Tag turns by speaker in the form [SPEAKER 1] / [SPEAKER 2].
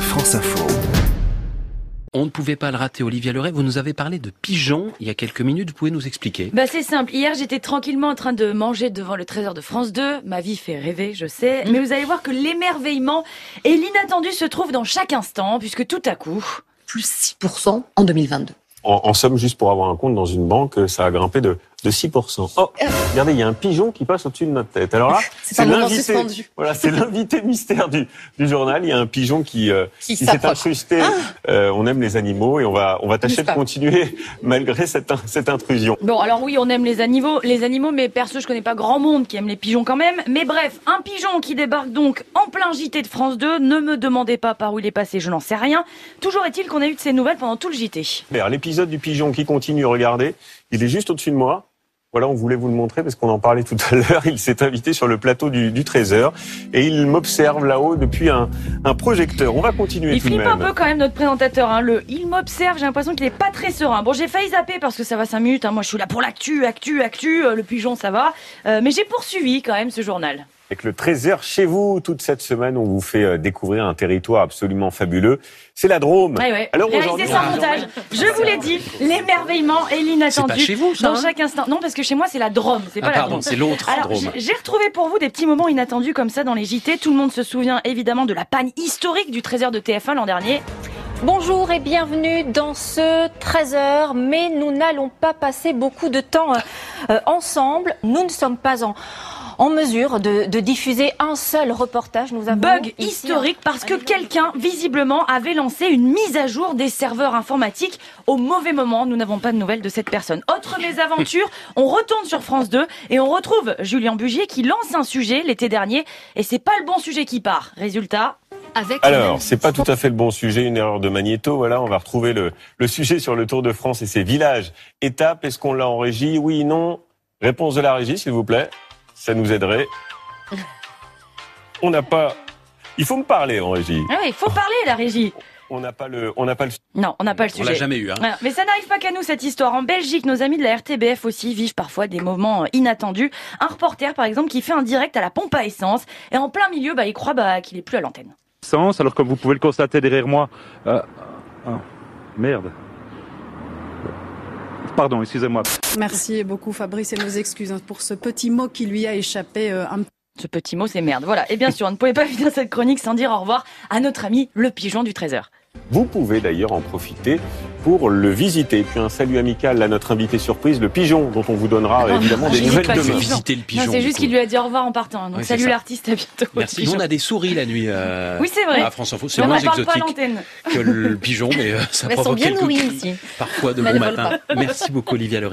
[SPEAKER 1] France Info.
[SPEAKER 2] On ne pouvait pas le rater, Olivia Leray. Vous nous avez parlé de pigeons il y a quelques minutes. Vous pouvez nous expliquer
[SPEAKER 3] Bah c'est simple. Hier, j'étais tranquillement en train de manger devant le Trésor de France 2. Ma vie fait rêver, je sais. Mais vous allez voir que l'émerveillement et l'inattendu se trouvent dans chaque instant, puisque tout à coup...
[SPEAKER 4] plus 6% en 2022.
[SPEAKER 5] En, en somme, juste pour avoir un compte dans une banque, euh, ça a grimpé de, de 6%. Oh, regardez, il y a un pigeon qui passe au-dessus de notre tête. Alors là,
[SPEAKER 4] C'est un moment
[SPEAKER 5] l'invité-
[SPEAKER 4] suspendu
[SPEAKER 5] Voilà, c'est l'invité mystère du, du journal. Il y a un pigeon qui, euh,
[SPEAKER 4] qui
[SPEAKER 5] qui s'est
[SPEAKER 4] s'approche.
[SPEAKER 5] incrusté.
[SPEAKER 3] Ah.
[SPEAKER 5] Euh, on aime les animaux et on va, on va tâcher
[SPEAKER 4] Bouge
[SPEAKER 5] de
[SPEAKER 4] pas.
[SPEAKER 5] continuer malgré cette, in- cette intrusion.
[SPEAKER 3] Bon, alors oui, on aime les animaux, les animaux, mais perso, je connais pas grand monde qui aime les pigeons quand même. Mais bref, un pigeon qui débarque donc en plein JT de France 2. Ne me demandez pas par où il est passé, je n'en sais rien. Toujours est-il qu'on a eu de ces nouvelles pendant tout le JT.
[SPEAKER 5] D'ailleurs, L'épisode du pigeon qui continue, regardez, il est juste au-dessus de moi. Voilà, on voulait vous le montrer parce qu'on en parlait tout à l'heure. Il s'est invité sur le plateau du, du Trésor et il m'observe là-haut depuis un, un projecteur. On va continuer
[SPEAKER 3] Il
[SPEAKER 5] tout de
[SPEAKER 3] flippe
[SPEAKER 5] même.
[SPEAKER 3] un peu quand même notre présentateur. Hein. Le il m'observe, j'ai l'impression qu'il est pas très serein. Bon, j'ai failli zapper parce que ça va 5 minutes. Hein. Moi, je suis là pour l'actu, actu, actu. euh, le pigeon, ça va. Euh, mais j'ai poursuivi quand même ce journal.
[SPEAKER 5] Avec le Trésor chez vous, toute cette semaine, on vous fait euh, découvrir un territoire absolument fabuleux. C'est la Drôme.
[SPEAKER 3] Ouais, ouais.
[SPEAKER 5] Alors
[SPEAKER 3] Réalisé
[SPEAKER 5] aujourd'hui,
[SPEAKER 3] sans
[SPEAKER 5] on-
[SPEAKER 3] montage. Je vous l'ai dit, l'émerveillement et
[SPEAKER 2] C'est pas
[SPEAKER 3] l'inattendu.
[SPEAKER 2] chez vous, ça
[SPEAKER 3] Dans
[SPEAKER 2] hein
[SPEAKER 3] chaque instant. Non, parce que chez moi, c'est la Drôme, c'est pas
[SPEAKER 2] Ah
[SPEAKER 3] la
[SPEAKER 2] pardon,
[SPEAKER 3] Drôme.
[SPEAKER 2] c'est l'autre
[SPEAKER 3] Alors,
[SPEAKER 2] drôme.
[SPEAKER 3] j'ai- j'ai retrouvé pour vous des petits moments inattendus comme ça dans les JT. Tout le monde se souvient évidemment de la panne historique du trésor de TF1 l'an dernier.
[SPEAKER 6] Bonjour et bienvenue dans ce 13h, mais nous n'allons pas passer beaucoup de temps euh, euh, ensemble. Nous ne sommes pas en, en mesure de, de diffuser un seul reportage. Nous avons
[SPEAKER 3] Bug
[SPEAKER 6] ici un-
[SPEAKER 3] historique parce que quelqu'un, visiblement, avait lancé une mise à jour des serveurs informatiques au mauvais moment. Nous n'avons pas de nouvelles de cette personne. Autre mésaventure, on retourne sur France 2 et on retrouve Julien Bugier qui lance un sujet l'été dernier et c'est pas le bon sujet qui part. Résultat,
[SPEAKER 7] Avec
[SPEAKER 5] Alors, c'est pas tout à fait le bon sujet, une erreur de magnéto. Voilà, on va retrouver le, le sujet sur le Tour de France et ses villages. Étape, est-ce qu'on l'a en régie Oui, non. Réponse de la régie, s'il vous plaît. Ça nous aiderait. On n'a pas. Il faut me parler en régie.
[SPEAKER 3] ah ouais, il faut parler la régie.
[SPEAKER 5] On n'a pas le. On n'a pas le.
[SPEAKER 3] Non, on n'a pas le
[SPEAKER 2] On l'a
[SPEAKER 3] sujet. Ah,
[SPEAKER 2] jamais eu. Hein.
[SPEAKER 3] Voilà. Mais ça n'arrive pas qu'à nous cette histoire. En Belgique, nos amis de la RTBF aussi vivent parfois des moments euh, inattendus. Un reporter par exemple qui fait un direct à la pompe à essence et en plein milieu, bah, il croit bah, qu'il est plus à l'antenne.
[SPEAKER 8] sens. Alors comme vous pouvez le constater derrière moi, euh, ah, merde. Pardon, excusez-moi.
[SPEAKER 9] Merci beaucoup Fabrice et nos excuses hein, pour ce petit mot qui lui a échappé euh, un
[SPEAKER 3] Ce petit mot, c'est merde. Voilà. Et bien sûr, on ne pouvait pas finir cette chronique sans dire au revoir à notre ami le pigeon du trésor.
[SPEAKER 5] Vous pouvez d'ailleurs en profiter pour le visiter. Puis un salut amical à notre invité surprise, le pigeon, dont on vous donnera
[SPEAKER 3] Ah Non,
[SPEAKER 5] évidemment des
[SPEAKER 3] je dis
[SPEAKER 5] nouvelles
[SPEAKER 3] pas
[SPEAKER 2] de
[SPEAKER 3] pigeon.
[SPEAKER 5] demain.
[SPEAKER 2] visiter le pigeon.
[SPEAKER 3] Non, c'est
[SPEAKER 2] du
[SPEAKER 3] juste
[SPEAKER 2] coup.
[SPEAKER 3] qu'il lui a dit au revoir en partant. Donc
[SPEAKER 2] Oui, c'est
[SPEAKER 3] salut
[SPEAKER 2] ça.
[SPEAKER 3] l'artiste, à bientôt.
[SPEAKER 2] Merci.
[SPEAKER 3] Le
[SPEAKER 2] Nous,
[SPEAKER 3] pigeon.
[SPEAKER 2] on a des souris la nuit euh,
[SPEAKER 3] Oui, c'est vrai.
[SPEAKER 2] à France Info. C'est
[SPEAKER 3] Mais on
[SPEAKER 2] moins
[SPEAKER 3] ne parle pas à
[SPEAKER 2] exotique
[SPEAKER 3] l'antenne.
[SPEAKER 2] que le pigeon, mais euh, ça
[SPEAKER 4] Elles sont
[SPEAKER 2] provoque
[SPEAKER 4] bien
[SPEAKER 2] quelques
[SPEAKER 4] nourries
[SPEAKER 2] cris,
[SPEAKER 4] ici.
[SPEAKER 2] parfois de
[SPEAKER 4] Mais
[SPEAKER 2] bon
[SPEAKER 4] elles volent
[SPEAKER 2] matin. Merci beaucoup, Olivia Leray.